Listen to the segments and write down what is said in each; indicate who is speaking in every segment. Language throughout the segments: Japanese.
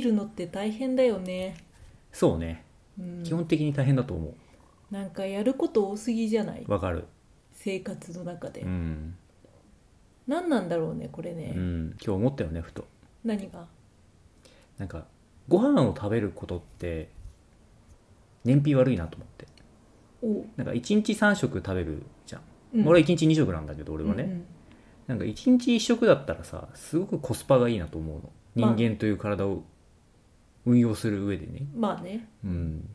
Speaker 1: るのって大変だよね、
Speaker 2: そうね
Speaker 1: うん、
Speaker 2: 基本的に大変だと思
Speaker 1: なんかやること多すぎじゃないう
Speaker 2: わかる
Speaker 1: 生活の中で、
Speaker 2: うん、
Speaker 1: 何なんだろうねこれ
Speaker 2: う
Speaker 1: ね、
Speaker 2: ん、今日思ったよねふと
Speaker 1: 何が
Speaker 2: なんかご飯を食べることって燃費悪いなと思って
Speaker 1: おう
Speaker 2: なんか1日3食食べるじゃん、
Speaker 1: うん
Speaker 2: 俺は1日2食なんだけど俺はね、
Speaker 1: うんうん
Speaker 2: なんか1日1食だったらさすごくコスパがいいなと思うの人
Speaker 1: まあ
Speaker 2: 間という体を運用する上でね
Speaker 1: まあね
Speaker 2: うん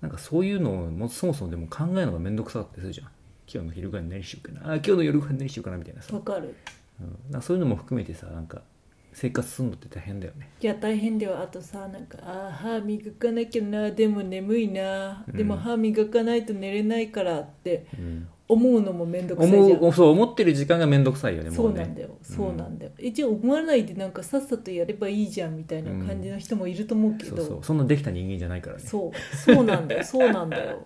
Speaker 2: なんかそういうのをもそもそもでも考えるのがめんどくさかったりするじゃん今日の昼ご飯何しようかなあ今日の夜ご飯何しようかなみたいなさ、
Speaker 1: わかる
Speaker 2: うん、なんかそういうのも含めてさなんか生活するのって大変だよね
Speaker 1: いや大変ではあとさなんかあー歯磨かなきゃなでも眠いな、でも
Speaker 2: うん
Speaker 1: 歯磨かないと寝れないからって
Speaker 2: うん
Speaker 1: 思うのもめんどくさいじゃん
Speaker 2: 思うそう思ってる時間がめんどくさいよねも
Speaker 1: そううな
Speaker 2: ね
Speaker 1: んだよ、そうなんだよ一応思わないでなんかさっさとやればいいじゃんみたいな感じの人もいると思うけど、
Speaker 2: そうそうそんなできた人間じゃないからね
Speaker 1: そうそうなんだよそうなんだよ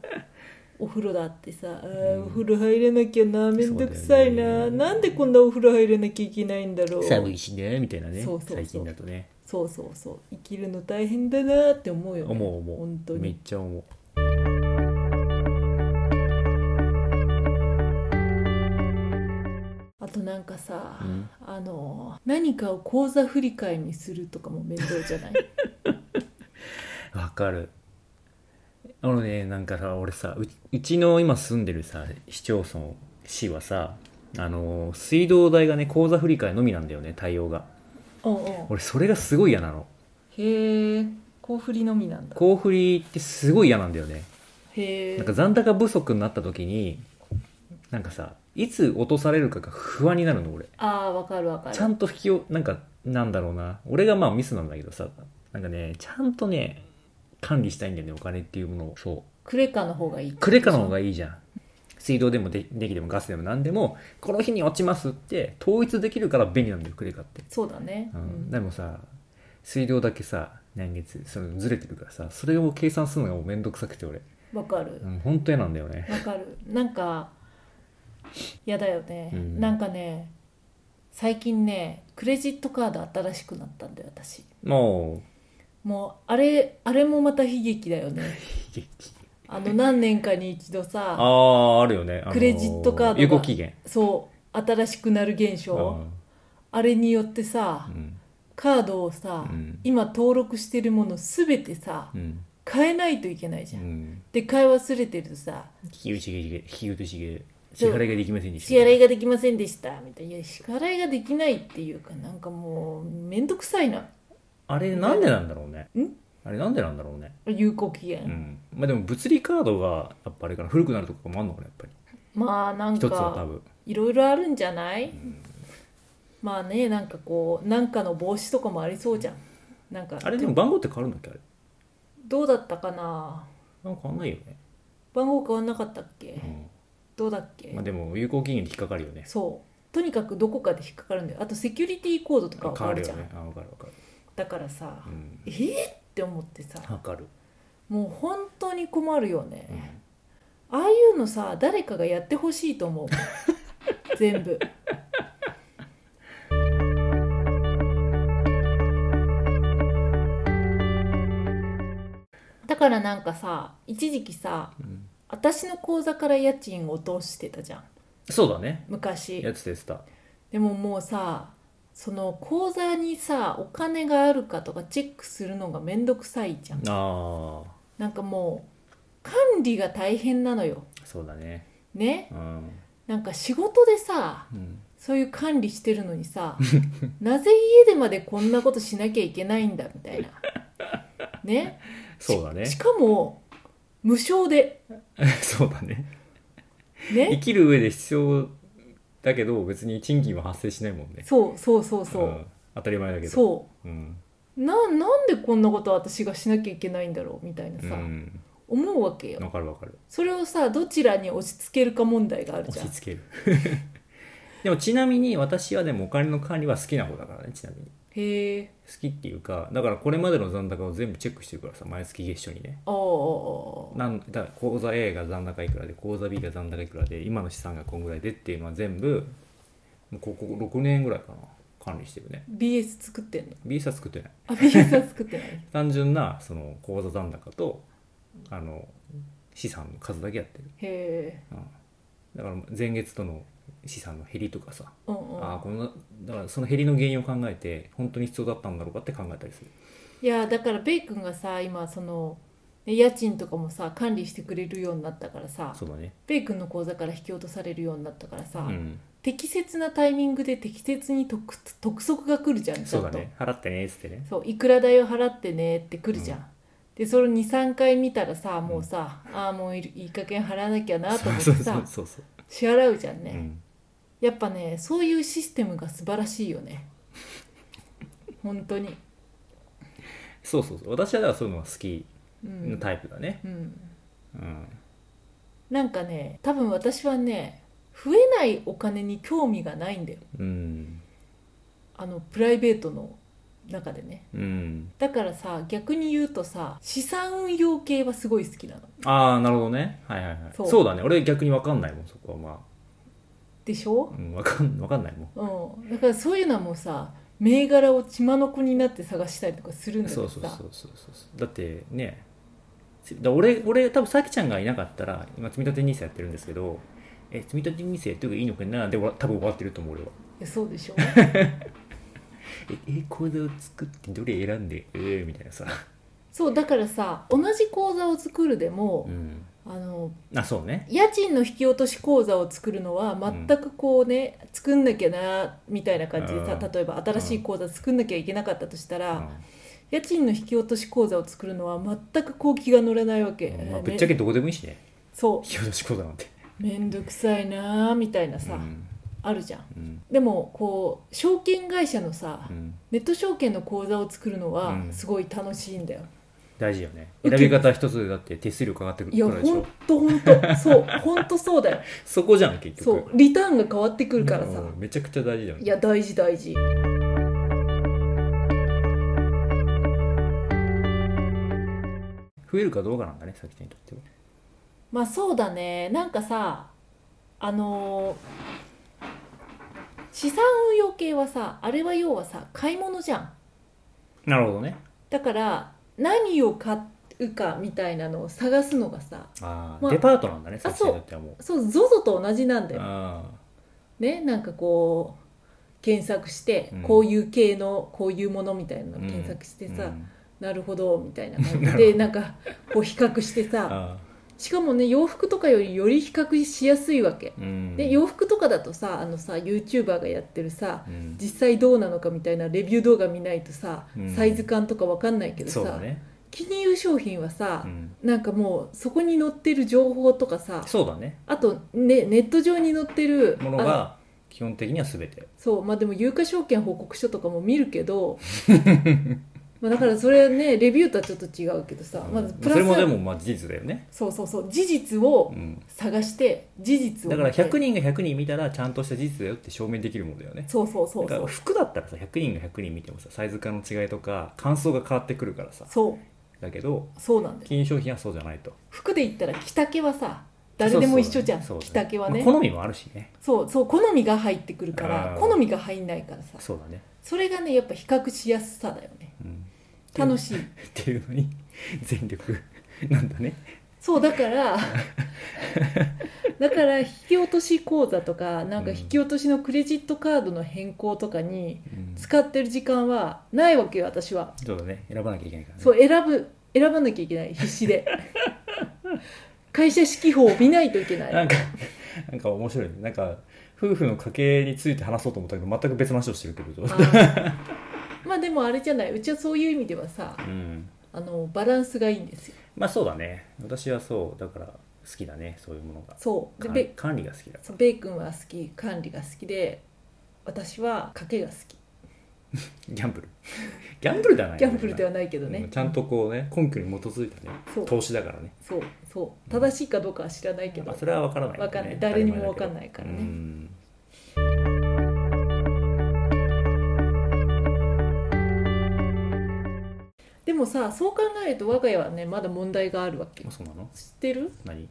Speaker 1: お風呂だってさ、あー
Speaker 2: う
Speaker 1: お
Speaker 2: ん
Speaker 1: 風呂入れなきゃなめんどくさい
Speaker 2: そうだ
Speaker 1: な、
Speaker 2: よね
Speaker 1: なんでこんなお風呂入れなきゃいけないんだろう
Speaker 2: 寒いしねみたいなね
Speaker 1: そうそうそう
Speaker 2: 最近だとね
Speaker 1: そうそうそう生きるの大変だなって思うよね
Speaker 2: 思う思う
Speaker 1: 本当
Speaker 2: めっ
Speaker 1: に
Speaker 2: ちゃ思う
Speaker 1: あとなんかさ、
Speaker 2: うん
Speaker 1: あの何かを口座振り替えにするとかも面倒じゃない
Speaker 2: わかるあのねなんかさ俺さううちの今住んでるさ市町村市はさあのー水道代がね口座振り替えのみなんだよね対応が
Speaker 1: うんうん
Speaker 2: 俺それがすごい嫌なの
Speaker 1: へえ高振りのみなんだ
Speaker 2: 口振りってすごい嫌なんだよね
Speaker 1: へえ
Speaker 2: なんか残高不足になった時になんかさいつ落とされるかが不安になるの俺
Speaker 1: ああわかるわかる
Speaker 2: ちゃんと引きをなんかなんだろうな俺がまあミスなんだけどさなんかねちゃんとね管理したいんだよねお金っていうものをそう
Speaker 1: クレカの方がいい
Speaker 2: クレカの方
Speaker 1: いい
Speaker 2: がいいじゃん水道でもで電気でもガスでも何でもこの日に落ちますって統一できるから便利なんだよクレカって、
Speaker 1: そうだね、
Speaker 2: う
Speaker 1: うんん
Speaker 2: でもさ水道だけさ年月それずれてるからさそれを計算するのがもうめんどくさくて俺、
Speaker 1: わかる
Speaker 2: うん、本当嫌なんだよね
Speaker 1: わかるなんか嫌だよね、
Speaker 2: うん
Speaker 1: なんかね最近ねクレジットカード新しくなったんだよ私
Speaker 2: も
Speaker 1: もうあれあれもまた悲劇だよ ね
Speaker 2: う悲劇
Speaker 1: あの何年かに一度
Speaker 2: あ
Speaker 1: さ
Speaker 2: ああるよね、あのー
Speaker 1: クレジットカードが
Speaker 2: 有効期限
Speaker 1: そう新しくなる現象あれによってさ
Speaker 2: うん
Speaker 1: カードをさ、
Speaker 2: うん
Speaker 1: 今登録してるもの全てさ
Speaker 2: うん
Speaker 1: 変えないといけないじ
Speaker 2: う
Speaker 1: ゃん、
Speaker 2: ん
Speaker 1: で買い忘れてるとさ
Speaker 2: 引き落としげ引き落としげ支
Speaker 1: そう
Speaker 2: 払いができませんでした
Speaker 1: 支払いができませんでしたみたいないや支払いができないっていうかなんかもう面倒くさいな
Speaker 2: あれなんでなんだろうね
Speaker 1: ん
Speaker 2: あれなんでなんだろうね
Speaker 1: 有効期限、
Speaker 2: うんまあでも物理カードがやっぱあれかな古くなるとかもあんのかなやっぱり
Speaker 1: まあなん
Speaker 2: 一つは多
Speaker 1: か
Speaker 2: 分
Speaker 1: いろいろあるんじゃない、まあねなんかこうなんかの帽子とかもありそうじゃんなんか
Speaker 2: あれでも番号って変わるんだっけあれ
Speaker 1: どうだったかな
Speaker 2: なんか変わんないよね、
Speaker 1: 番号変わんなかったっけ
Speaker 2: う
Speaker 1: どうだっけ、
Speaker 2: んまあ、でも有効期限に引っかかるよね
Speaker 1: そうとにかくどこかで引っかかるんだよあとセキュリティコードとか
Speaker 2: 変
Speaker 1: は変
Speaker 2: わ
Speaker 1: わ
Speaker 2: る
Speaker 1: るじゃ
Speaker 2: よ
Speaker 1: ん、
Speaker 2: ねあ分かる分かる
Speaker 1: だからさ、
Speaker 2: うん
Speaker 1: えーって思ってさ
Speaker 2: 分かる、
Speaker 1: もう本当に困るよね、
Speaker 2: うん
Speaker 1: ああいうのさ誰かがやってほしいと思う全部だからなんかさ一時期さ
Speaker 2: うん
Speaker 1: 私の口座から家賃を落としてたじゃん
Speaker 2: そうだね
Speaker 1: 昔
Speaker 2: やつでした
Speaker 1: でももうさその口座にさお金があるかとかチェックするのがめんどくさいじゃん
Speaker 2: ああ
Speaker 1: なんかもう管理が大変なのよ
Speaker 2: そうだね
Speaker 1: ね
Speaker 2: うん、
Speaker 1: なんか仕事でさ
Speaker 2: うん、
Speaker 1: そういう管理してるのに さなぜ家でまでこんなことしなきゃいけないんだみたいなね
Speaker 2: そうだね
Speaker 1: しかも無償で
Speaker 2: そうだね生
Speaker 1: ね
Speaker 2: きる上で必要だけど別に賃金は発生しないもんね
Speaker 1: そうそうそうそううん
Speaker 2: 当たり前だけど、
Speaker 1: そう
Speaker 2: ん
Speaker 1: うななんでこんなこと私がしなきゃいけないんだろうみたいな
Speaker 2: う
Speaker 1: さ、
Speaker 2: ん、
Speaker 1: 思うわけよ
Speaker 2: 分かる分かる
Speaker 1: それをさどちらに押し付けるか問題があるじ
Speaker 2: 押
Speaker 1: ゃん
Speaker 2: し付ける でもちなみに私はでもお金の管理は好きな方だからねちなみに
Speaker 1: へえ
Speaker 2: 好きっていうかだからこれまでの残高を全部チェックしてるからさ毎月月初にね
Speaker 1: ああああああ
Speaker 2: なんだから口座 A が残高いくらで口座 B が残高いくらで今の資産がこんぐらいでっていうのは全部もうここ6年ぐらいかな管理してるね
Speaker 1: BS 作ってんの
Speaker 2: BS は作ってない
Speaker 1: あ BS は作ってない
Speaker 2: 単純なその口座残高とあの資産の数だけやってる、
Speaker 1: へえ
Speaker 2: うん、だから前月との資産の減りとかさ、
Speaker 1: うんう
Speaker 2: ああ
Speaker 1: ん
Speaker 2: こんなだからその減りの原因を考えて本当に必要だったんだろうかって考えたりする
Speaker 1: いやだからベイ君がさ今そのね家賃とかもさ管理してくれるようになったからさ
Speaker 2: そうだね
Speaker 1: ベイ君の口座から引き落とされるようになったからさ、
Speaker 2: うん
Speaker 1: 適切なタイミングで適切に督督促が来るじゃんち
Speaker 2: そ
Speaker 1: ゃ
Speaker 2: うん
Speaker 1: と
Speaker 2: だね払ってねーっつってね
Speaker 1: そういくら代を払ってねって来るじゃん、
Speaker 2: うん
Speaker 1: でそれ23回見たらさもうさ、ああもういいい加減払わなきゃなと思って
Speaker 2: そう
Speaker 1: さ
Speaker 2: そうそうそう、
Speaker 1: 支払うじゃん
Speaker 2: う
Speaker 1: ね、
Speaker 2: ん、
Speaker 1: やっぱねそういうシステムが素晴らしいよね本当に
Speaker 2: そうそうそう私はだからそういうのは好き
Speaker 1: う
Speaker 2: の
Speaker 1: ん、
Speaker 2: タイプだね
Speaker 1: うん、
Speaker 2: うん、
Speaker 1: なんかね多分私はね増えないお金に興味がないんだよ
Speaker 2: うん
Speaker 1: あのプライベートの中でね
Speaker 2: うん、
Speaker 1: だからさ逆に言うとさ資産運用系はすごい好きなの
Speaker 2: ああなるほどねはいはいはい
Speaker 1: そ
Speaker 2: そううだね俺逆に分かんないもんそこはま
Speaker 1: でし
Speaker 2: あ、
Speaker 1: ょ、
Speaker 2: うん、分かん分かんないも
Speaker 1: う
Speaker 2: ん
Speaker 1: ん、だからそういうのはもうさ銘柄を血眼になって探したりとかするんだけ
Speaker 2: そ
Speaker 1: ど
Speaker 2: う
Speaker 1: さ
Speaker 2: そうそうそうそうそうだってねだ俺俺多分さきちゃんがいなかったら今積み立て NISA やってるんですけどえ積み立て NISA やってるからいいのかなでわ多分終わってると思う俺はい
Speaker 1: やそうでしょ
Speaker 2: ええ口座を作ってどれ選んでえー、みたいなさ、
Speaker 1: そうだからさ同じ口座を作るでも
Speaker 2: う、ん、
Speaker 1: あの
Speaker 2: あそうね
Speaker 1: 家賃の引き落とし口座を作るのは全くこうね、作んなきゃなみたいな感じでさ
Speaker 2: うん
Speaker 1: 例えば新しい口座作んなきゃいけなかったとしたら、
Speaker 2: うん
Speaker 1: 家賃の引き落とし口座を作るのは全くこう気が乗らないわけ、
Speaker 2: うんまあ、
Speaker 1: ね
Speaker 2: ぶっちゃけどこでもいいしね
Speaker 1: そ
Speaker 2: 引き落とし口座なんて
Speaker 1: うめんどくさいなみたいなさ、
Speaker 2: うん
Speaker 1: あるじゃん
Speaker 2: うん
Speaker 1: でもこう証券会社のさ、
Speaker 2: うん、
Speaker 1: ネット証券の口座を作るのは
Speaker 2: うん
Speaker 1: すごい楽しいんだよ、
Speaker 2: 大事よね
Speaker 1: 受
Speaker 2: 選
Speaker 1: け
Speaker 2: び方一つでだって手数料かかってくる
Speaker 1: いや
Speaker 2: からでし
Speaker 1: ほん
Speaker 2: ょ
Speaker 1: とほんとそうほんとそう だよ
Speaker 2: そこじゃん結
Speaker 1: そ
Speaker 2: 局
Speaker 1: うリターンが変わってくるからさ、
Speaker 2: うんめちゃくちゃ大事だよね
Speaker 1: いや大事大事
Speaker 2: 増えるかどうかなんだねさきちゃんにとっては
Speaker 1: まあそうだねなんかさあのー資産運用系はさあれは要はさ買い物じゃん
Speaker 2: なるほどね
Speaker 1: だから何を買うかみたいなのを探すのがさ
Speaker 2: ああ、
Speaker 1: まあ
Speaker 2: デパートなんだね
Speaker 1: あ
Speaker 2: さきちゃんにとってはもう
Speaker 1: そう ZOZO と同じなんだよ
Speaker 2: あ
Speaker 1: ねなんかこう検索して、
Speaker 2: うん
Speaker 1: こういう系のこういうものみたいなの検索して
Speaker 2: ー
Speaker 1: さ、
Speaker 2: うん
Speaker 1: なるほどみたいな感じ
Speaker 2: なる
Speaker 1: で
Speaker 2: ほど
Speaker 1: なんかこう比較してさ
Speaker 2: あ
Speaker 1: しかもね洋服とかよりより比較しやすいわけ
Speaker 2: ーうん
Speaker 1: で洋服とかだとさあのさ YouTuber がやってるさ
Speaker 2: うん
Speaker 1: 実際どうなのかみたいなレビュー動画見ないとさ、
Speaker 2: うん
Speaker 1: サイズ感とかわかんないけど
Speaker 2: そう
Speaker 1: さ、
Speaker 2: だね、
Speaker 1: 気に入る商品はさ
Speaker 2: う、ん、
Speaker 1: なんかもうそこに載ってる情報とかさ
Speaker 2: そうだね
Speaker 1: あと、ね、ネット上に載ってる
Speaker 2: もの
Speaker 1: あ
Speaker 2: が基本的には全て
Speaker 1: そうまあでも有価証券報告書とかも見るけ どまあだからそれはねレビューとはちょっと違うけどさ、まあ
Speaker 2: うん
Speaker 1: プ
Speaker 2: そ
Speaker 1: ラ
Speaker 2: れ
Speaker 1: ス
Speaker 2: もでもまあ事実だよね、
Speaker 1: そうそうそう事実を
Speaker 2: うん、
Speaker 1: 探して事実を
Speaker 2: だから
Speaker 1: 見て
Speaker 2: 100人が100人見たらちゃんとした事実だよって証明できるものだよね
Speaker 1: そうそうそうそ
Speaker 2: だから
Speaker 1: う
Speaker 2: 服だったらさ100人が100人見てもさサイズ感の違いとか感想が変わってくるからさ
Speaker 1: そう
Speaker 2: だけど
Speaker 1: そうなんだよ
Speaker 2: 金融商品はそうじゃないと
Speaker 1: 服で言ったら着丈はさ誰でも一緒じゃん、
Speaker 2: そう
Speaker 1: 着
Speaker 2: そうだね
Speaker 1: 丈はね、
Speaker 2: まあ好みもあるしね
Speaker 1: そうそう好みが入ってくるから
Speaker 2: あー
Speaker 1: 好みが入んないからさ
Speaker 2: そうだね、
Speaker 1: それがねやっぱ比較しやすさだよね
Speaker 2: うん、
Speaker 1: 楽しい
Speaker 2: っていうのに全力なんだね
Speaker 1: そうだから だから引き落とし口座とかなんか
Speaker 2: うん
Speaker 1: 引き落としのクレジットカードの変更とかに
Speaker 2: うん
Speaker 1: 使ってる時間はないわけよ私は
Speaker 2: そうだね選ばなきゃいけないからね
Speaker 1: そう選ぶ選ばなきゃいけない必死 で会社指揮法を見ないといけな
Speaker 2: ないんか なんか面白いねなんか夫婦の家計について話そうと思ったけど全く別の話をしてるって こ
Speaker 1: あ
Speaker 2: と
Speaker 1: ーまあでもあれじゃないうちはそういう意味ではさ
Speaker 2: うん
Speaker 1: あのバランスがいいんですよ
Speaker 2: まあそうだね私はそうだから好きだねそういうものが
Speaker 1: そうで
Speaker 2: 管
Speaker 1: ベ
Speaker 2: 管理が好きだ
Speaker 1: そうベイ君は好き管理が好きで私は賭けが好き
Speaker 2: ギャンブル ギャンブルではない
Speaker 1: ギャンブルでは
Speaker 2: な
Speaker 1: ないけどね、
Speaker 2: ちゃんとこうね根拠に基づいたね
Speaker 1: そう
Speaker 2: 投資だからね
Speaker 1: そうそう正しいかどうかは知らないけど、
Speaker 2: まあ、それは分からないよ
Speaker 1: わ
Speaker 2: ね、
Speaker 1: かんない
Speaker 2: 当た
Speaker 1: 誰
Speaker 2: り
Speaker 1: に
Speaker 2: 前
Speaker 1: も
Speaker 2: だ
Speaker 1: わ
Speaker 2: け
Speaker 1: かん
Speaker 2: ど
Speaker 1: ないからね、
Speaker 2: うん
Speaker 1: でもさそう考えると我が家はねまだ問題があるわけ知
Speaker 2: あ
Speaker 1: っ
Speaker 2: そうなの
Speaker 1: てる
Speaker 2: 何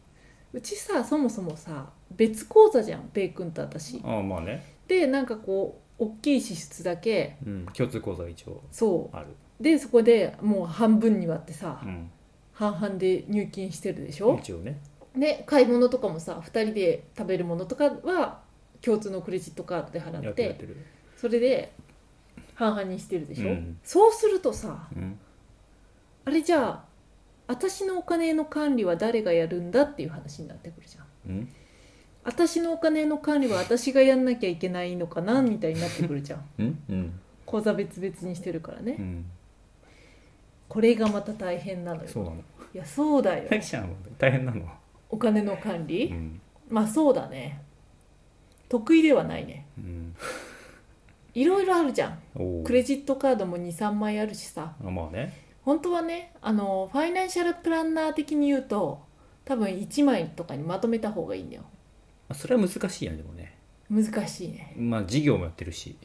Speaker 1: うちさそもそもさ別口座じゃんベイ君と私
Speaker 2: ああまあね
Speaker 1: でなんかこう大きい支出だけ
Speaker 2: うん、共通口座が一応
Speaker 1: そ
Speaker 2: ある、
Speaker 1: うでそこでもう半分に割ってさ
Speaker 2: うん、
Speaker 1: 半々で入金してるでしょ
Speaker 2: 一応ね
Speaker 1: で買い物とかもさ2人で食べるものとかは共通のクレジットカードで払
Speaker 2: や
Speaker 1: っ
Speaker 2: ってやっててる、
Speaker 1: それで半々にしてるでしょ、
Speaker 2: うん
Speaker 1: そうするとさ
Speaker 2: うん、
Speaker 1: あれじゃあ私のお金の管理は誰がやるんだっていう話になってくるじゃん
Speaker 2: うん
Speaker 1: 私のお金の管理は私がやんなきゃいけないのかなみたいになってくるじゃ ん
Speaker 2: うんうん
Speaker 1: 口座別々にしてるからね、
Speaker 2: うん
Speaker 1: これがまた大変なのよ
Speaker 2: そうなの
Speaker 1: いやそうだよ
Speaker 2: 大ちゃんは大変なの
Speaker 1: お金の管
Speaker 2: う
Speaker 1: 理、
Speaker 2: ん
Speaker 1: まあそうだね得意ではないね
Speaker 2: うん
Speaker 1: いろいろあるじゃん
Speaker 2: おー
Speaker 1: クレジットカードも23枚あるしさ
Speaker 2: あまあね
Speaker 1: 本当はねあのファイナンシャルプランナー的に言うと多分1枚とかにまとめた方がいいんだよ
Speaker 2: あそれは難しいやんでもね
Speaker 1: 難しいね
Speaker 2: まあ事業もやってるし、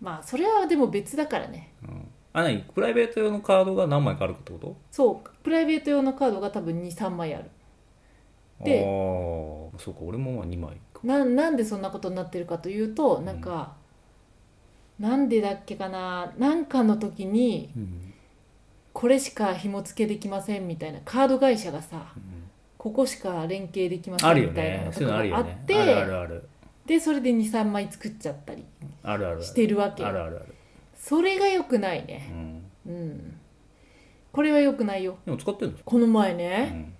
Speaker 1: まあそれはでも別だからね
Speaker 2: うん、あ何プライベート用のカードが何枚かあるってこと
Speaker 1: そうプライベート用のカードが多分23枚あるで
Speaker 2: ああそうか俺もまあ2枚か
Speaker 1: ななんでそんなことになってるかというとなんか、なんでだっけかななんかの時に
Speaker 2: うん
Speaker 1: これしか紐付けできませんみたいなカード会社がさ
Speaker 2: うん
Speaker 1: ここしか連携できませ
Speaker 2: あ
Speaker 1: ん
Speaker 2: る
Speaker 1: み
Speaker 2: よ
Speaker 1: たいな
Speaker 2: ね
Speaker 1: の
Speaker 2: そう
Speaker 1: と
Speaker 2: いうのあ
Speaker 1: か
Speaker 2: る
Speaker 1: があ
Speaker 2: よ
Speaker 1: っ
Speaker 2: ねあ
Speaker 1: て、
Speaker 2: るあるある
Speaker 1: でそれで23枚作っちゃったり
Speaker 2: あるある
Speaker 1: してるわけ
Speaker 2: あるあるある、
Speaker 1: それが良くないうね
Speaker 2: ん、
Speaker 1: うんこれは良くないよ
Speaker 2: でも使ってるんです
Speaker 1: この前
Speaker 2: う
Speaker 1: ね、
Speaker 2: ん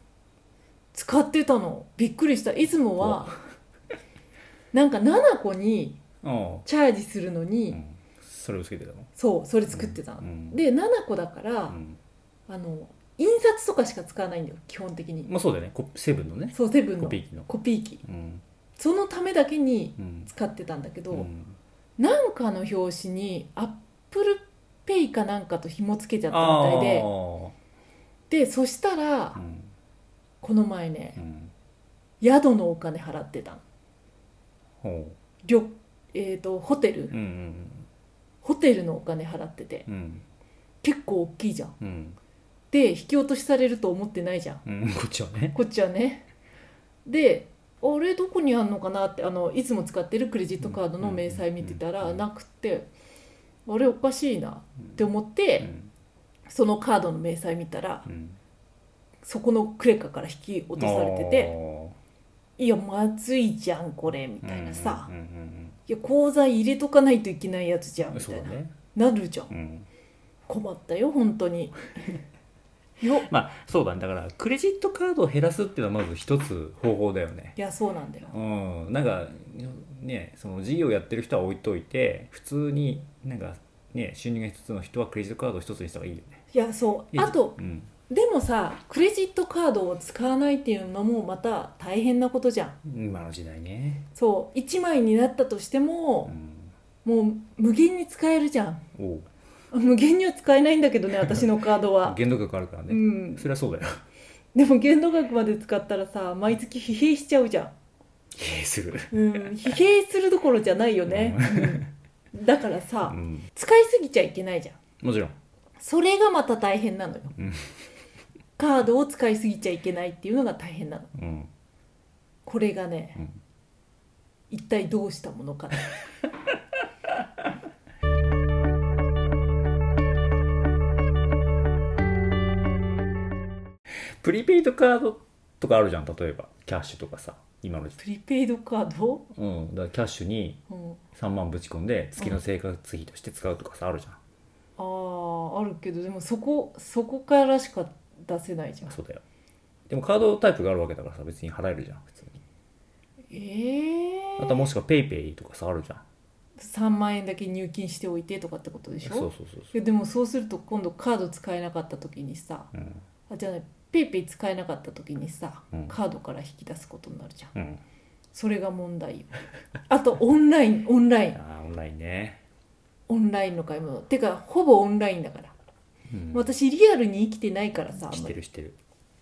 Speaker 1: 使ってたのびっくりしたいつもはなんか7個に
Speaker 2: ああ、
Speaker 1: チャージするのに、
Speaker 2: うん、それをつけてたの
Speaker 1: そうそれ作ってたの、
Speaker 2: うん
Speaker 1: で7個だから、
Speaker 2: うん
Speaker 1: あの印刷とかしか使わないんだよ基本的に、
Speaker 2: まあそうだよねコセブンのね
Speaker 1: そうセブンの
Speaker 2: コピー機の
Speaker 1: コピー機
Speaker 2: うん
Speaker 1: そのためだけに
Speaker 2: うん
Speaker 1: 使ってたんだけど、
Speaker 2: うん
Speaker 1: なんかの表紙にアップルペイかなんかと紐付けちゃったみたい
Speaker 2: あ
Speaker 1: で
Speaker 2: ー
Speaker 1: でそしたら
Speaker 2: うん
Speaker 1: この前ね
Speaker 2: うん
Speaker 1: 宿のお金払ってたの
Speaker 2: ほ
Speaker 1: 旅、えー、とホテル
Speaker 2: ううん
Speaker 1: ホテルのお金払ってて
Speaker 2: うんうん
Speaker 1: 結構大きいじゃん
Speaker 2: うん
Speaker 1: で引き落としされると思ってないじゃん
Speaker 2: うんこっちはね
Speaker 1: こっちはねであれどこにあんのかなってあのいつも使ってるクレジットカードの明細見てた
Speaker 2: うんうん
Speaker 1: ら
Speaker 2: うん
Speaker 1: なくてあれおかしいなって思っ
Speaker 2: う
Speaker 1: て
Speaker 2: ん
Speaker 1: そのカードの明細見たら
Speaker 2: うん
Speaker 1: そこのクレカから引き落とされてて
Speaker 2: あ
Speaker 1: いやまずいじゃんこれみ
Speaker 2: ー
Speaker 1: たいなさ
Speaker 2: うんうん
Speaker 1: いや口座入れとかないといけないやつじゃ
Speaker 2: うんん
Speaker 1: み
Speaker 2: そう
Speaker 1: た
Speaker 2: だ
Speaker 1: いな
Speaker 2: ね
Speaker 1: なるじゃん
Speaker 2: うん
Speaker 1: 困ったよ本当に よ
Speaker 2: まあそうだねだからクレジットカードを減らすっていうのはまず一つ方法だよね
Speaker 1: いやそうなんだよ
Speaker 2: うん、なんかねその事業やってる人は置いといて普通になんかね収入が一つの人はクレジットカードを一つにした方がいいよね
Speaker 1: いやそうあと
Speaker 2: うん、
Speaker 1: でもさクレジットカードを使わないっていうのもまた大変なことじゃん
Speaker 2: 今の時代ね、
Speaker 1: そう1枚になったとして
Speaker 2: う
Speaker 1: も
Speaker 2: ん、
Speaker 1: もう無限に使えるじゃん
Speaker 2: おう
Speaker 1: 無限には使えないんだけどね私のカードは
Speaker 2: 限度額あるから
Speaker 1: う
Speaker 2: ね、
Speaker 1: ん
Speaker 2: そりゃそう だよ
Speaker 1: でも限度額まで使ったらさ毎月疲弊しちゃうじゃ
Speaker 2: 経営する
Speaker 1: ん、うん、疲弊するどころじゃないよね、うんだから
Speaker 2: う
Speaker 1: さ、
Speaker 2: ん、
Speaker 1: 使いすぎちゃいけないじゃん
Speaker 2: もちろん
Speaker 1: それがまた大変なのよ、
Speaker 2: うん
Speaker 1: カードを使いすぎちゃいけないっていうのが大変なの
Speaker 2: うん
Speaker 1: これがね、
Speaker 2: うん
Speaker 1: 一体どうしたものかな
Speaker 2: プリペイドカードとかあるじゃん例えばキャッシュとかさ今の時代
Speaker 1: プリペイドカード、
Speaker 2: うんだからキャッシュに
Speaker 1: うん、
Speaker 2: 3万ぶち込んで月の生活費として使うとかさあるじゃん、
Speaker 1: あーあるけどでもそこそこからしか出せないじゃん
Speaker 2: そうだよでもカードタイプがあるわけだからさ別に払えるじゃん普通に
Speaker 1: ええ
Speaker 2: あとはもしくはペイペイとかさあるじゃん
Speaker 1: 3万円だけ入金しておいてとかってことでしょ
Speaker 2: そうそうそう
Speaker 1: いやでもそうすると今度カード使えなかった時にさ
Speaker 2: そううん
Speaker 1: あじゃあねペイペイ使えなかった時にさ、
Speaker 2: うん
Speaker 1: カードから引き出すことになるじゃん
Speaker 2: うん
Speaker 1: それが問題よ あとオンラインオンライン
Speaker 2: あーオンラインね、
Speaker 1: オンラインの買い物てかほぼオンラインだから
Speaker 2: うん、
Speaker 1: 私リアルに生きてないからさあん
Speaker 2: し
Speaker 1: ま
Speaker 2: て
Speaker 1: り
Speaker 2: るしてる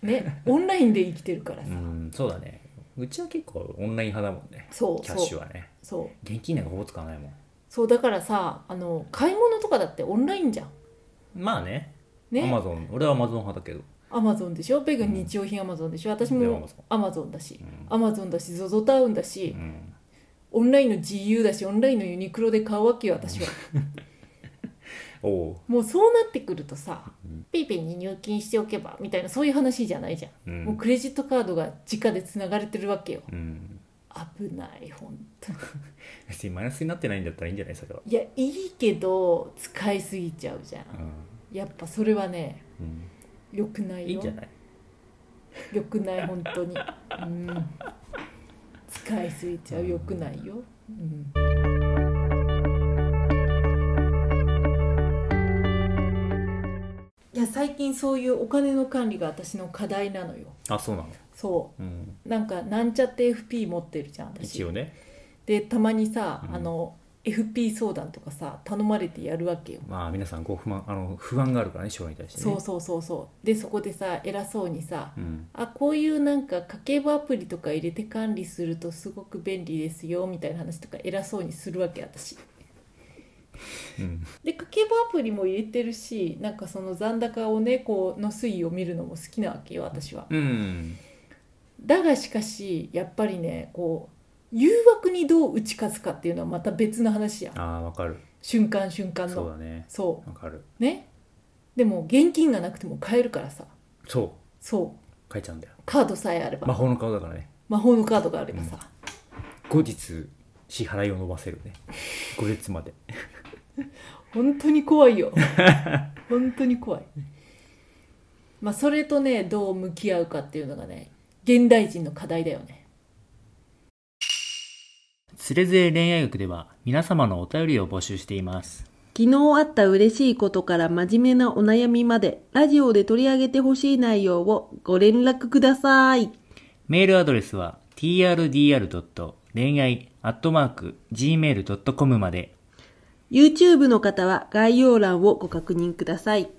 Speaker 1: ねオンラインで生きてるから
Speaker 2: う
Speaker 1: さ、
Speaker 2: んそうだねうちは結構オンライン派だもんね
Speaker 1: そう
Speaker 2: キャッシ
Speaker 1: そ
Speaker 2: ュ
Speaker 1: う
Speaker 2: はね
Speaker 1: そう
Speaker 2: 現金なんかほぼ使わないもん
Speaker 1: そうだからさあの買い物とかだってオンラインじゃん
Speaker 2: まあねアマ
Speaker 1: ね
Speaker 2: ゾン俺はアマゾン派だけど
Speaker 1: アマゾンでしょペグ日用品アマゾンでしょ私
Speaker 2: で Amazon
Speaker 1: もアマゾンだし
Speaker 2: うん
Speaker 1: アマゾンだし ZOZO タウンだし
Speaker 2: うん
Speaker 1: オンラインの GU だしオンラインのユニクロで買うわけよ私は
Speaker 2: おお
Speaker 1: もうそうなってくるとさペイペイに入金しておけばみたいなそういう話じゃないじゃん、
Speaker 2: ううん
Speaker 1: もうクレジットカードが直でつながれてるわけよ
Speaker 2: うん
Speaker 1: 危ない本当に
Speaker 2: 別にマイナスになってないんだったらいいんじゃないそれは、
Speaker 1: いやいいけど使いすぎちゃうじゃん
Speaker 2: う
Speaker 1: やっぱそれはね
Speaker 2: ん
Speaker 1: 良くな
Speaker 2: うん、
Speaker 1: いよ
Speaker 2: いいんじゃない
Speaker 1: 良くない本当に、うん、使いすぎちゃう良くないよ、うん、いや最近そういうお金の管理が私の課題なのよ
Speaker 2: あそうなの、
Speaker 1: そ
Speaker 2: うん、
Speaker 1: うなんかなんちゃって FP 持ってるじゃん私
Speaker 2: 一応ね
Speaker 1: でたまにさ、
Speaker 2: うん
Speaker 1: あの FP 相談とかさ頼まれてやるわけよ
Speaker 2: まあ皆さんご不満あの不安があるからね将来に対してね
Speaker 1: そうそうそうそうでそこでさ偉そうにさ、
Speaker 2: うん、
Speaker 1: あこういうなんか家計簿アプリとか入れて管理するとすごく便利ですよみたいな話とか偉そうにするわけ私
Speaker 2: うん、
Speaker 1: で家計簿アプリも入れてるしなんかその残高をねこうの推移を見るのも好きなわけよ私は
Speaker 2: うん、
Speaker 1: だがしかしやっぱりねこう誘惑にどう打ち勝つかっていうのはまた別の話や
Speaker 2: ああわかる
Speaker 1: 瞬間瞬間の
Speaker 2: そ
Speaker 1: そうう
Speaker 2: だねわかる
Speaker 1: ねでも現金がなくても買えるからさ
Speaker 2: そ
Speaker 1: そう
Speaker 2: う書いちゃうんだよ
Speaker 1: カードさえあれば、
Speaker 2: 魔法の顔だからね
Speaker 1: 魔法のカードがあればさ、
Speaker 2: 後日支払いを伸ばせるね後日まで
Speaker 1: 本当に怖いよ本当に怖いまあそれとねどう向き合うかっていうのがね現代人の課題だよね
Speaker 2: つれづれ恋愛学では皆様のお便りを募集しています
Speaker 3: 昨日あった嬉しいことから真面目なお悩みまで、ラジオで取り上げてほしい内容をご連絡ください。
Speaker 2: メールアドレスは trdr. 恋愛 .gmail.com まで
Speaker 3: YouTube の方は概要欄をご確認ください。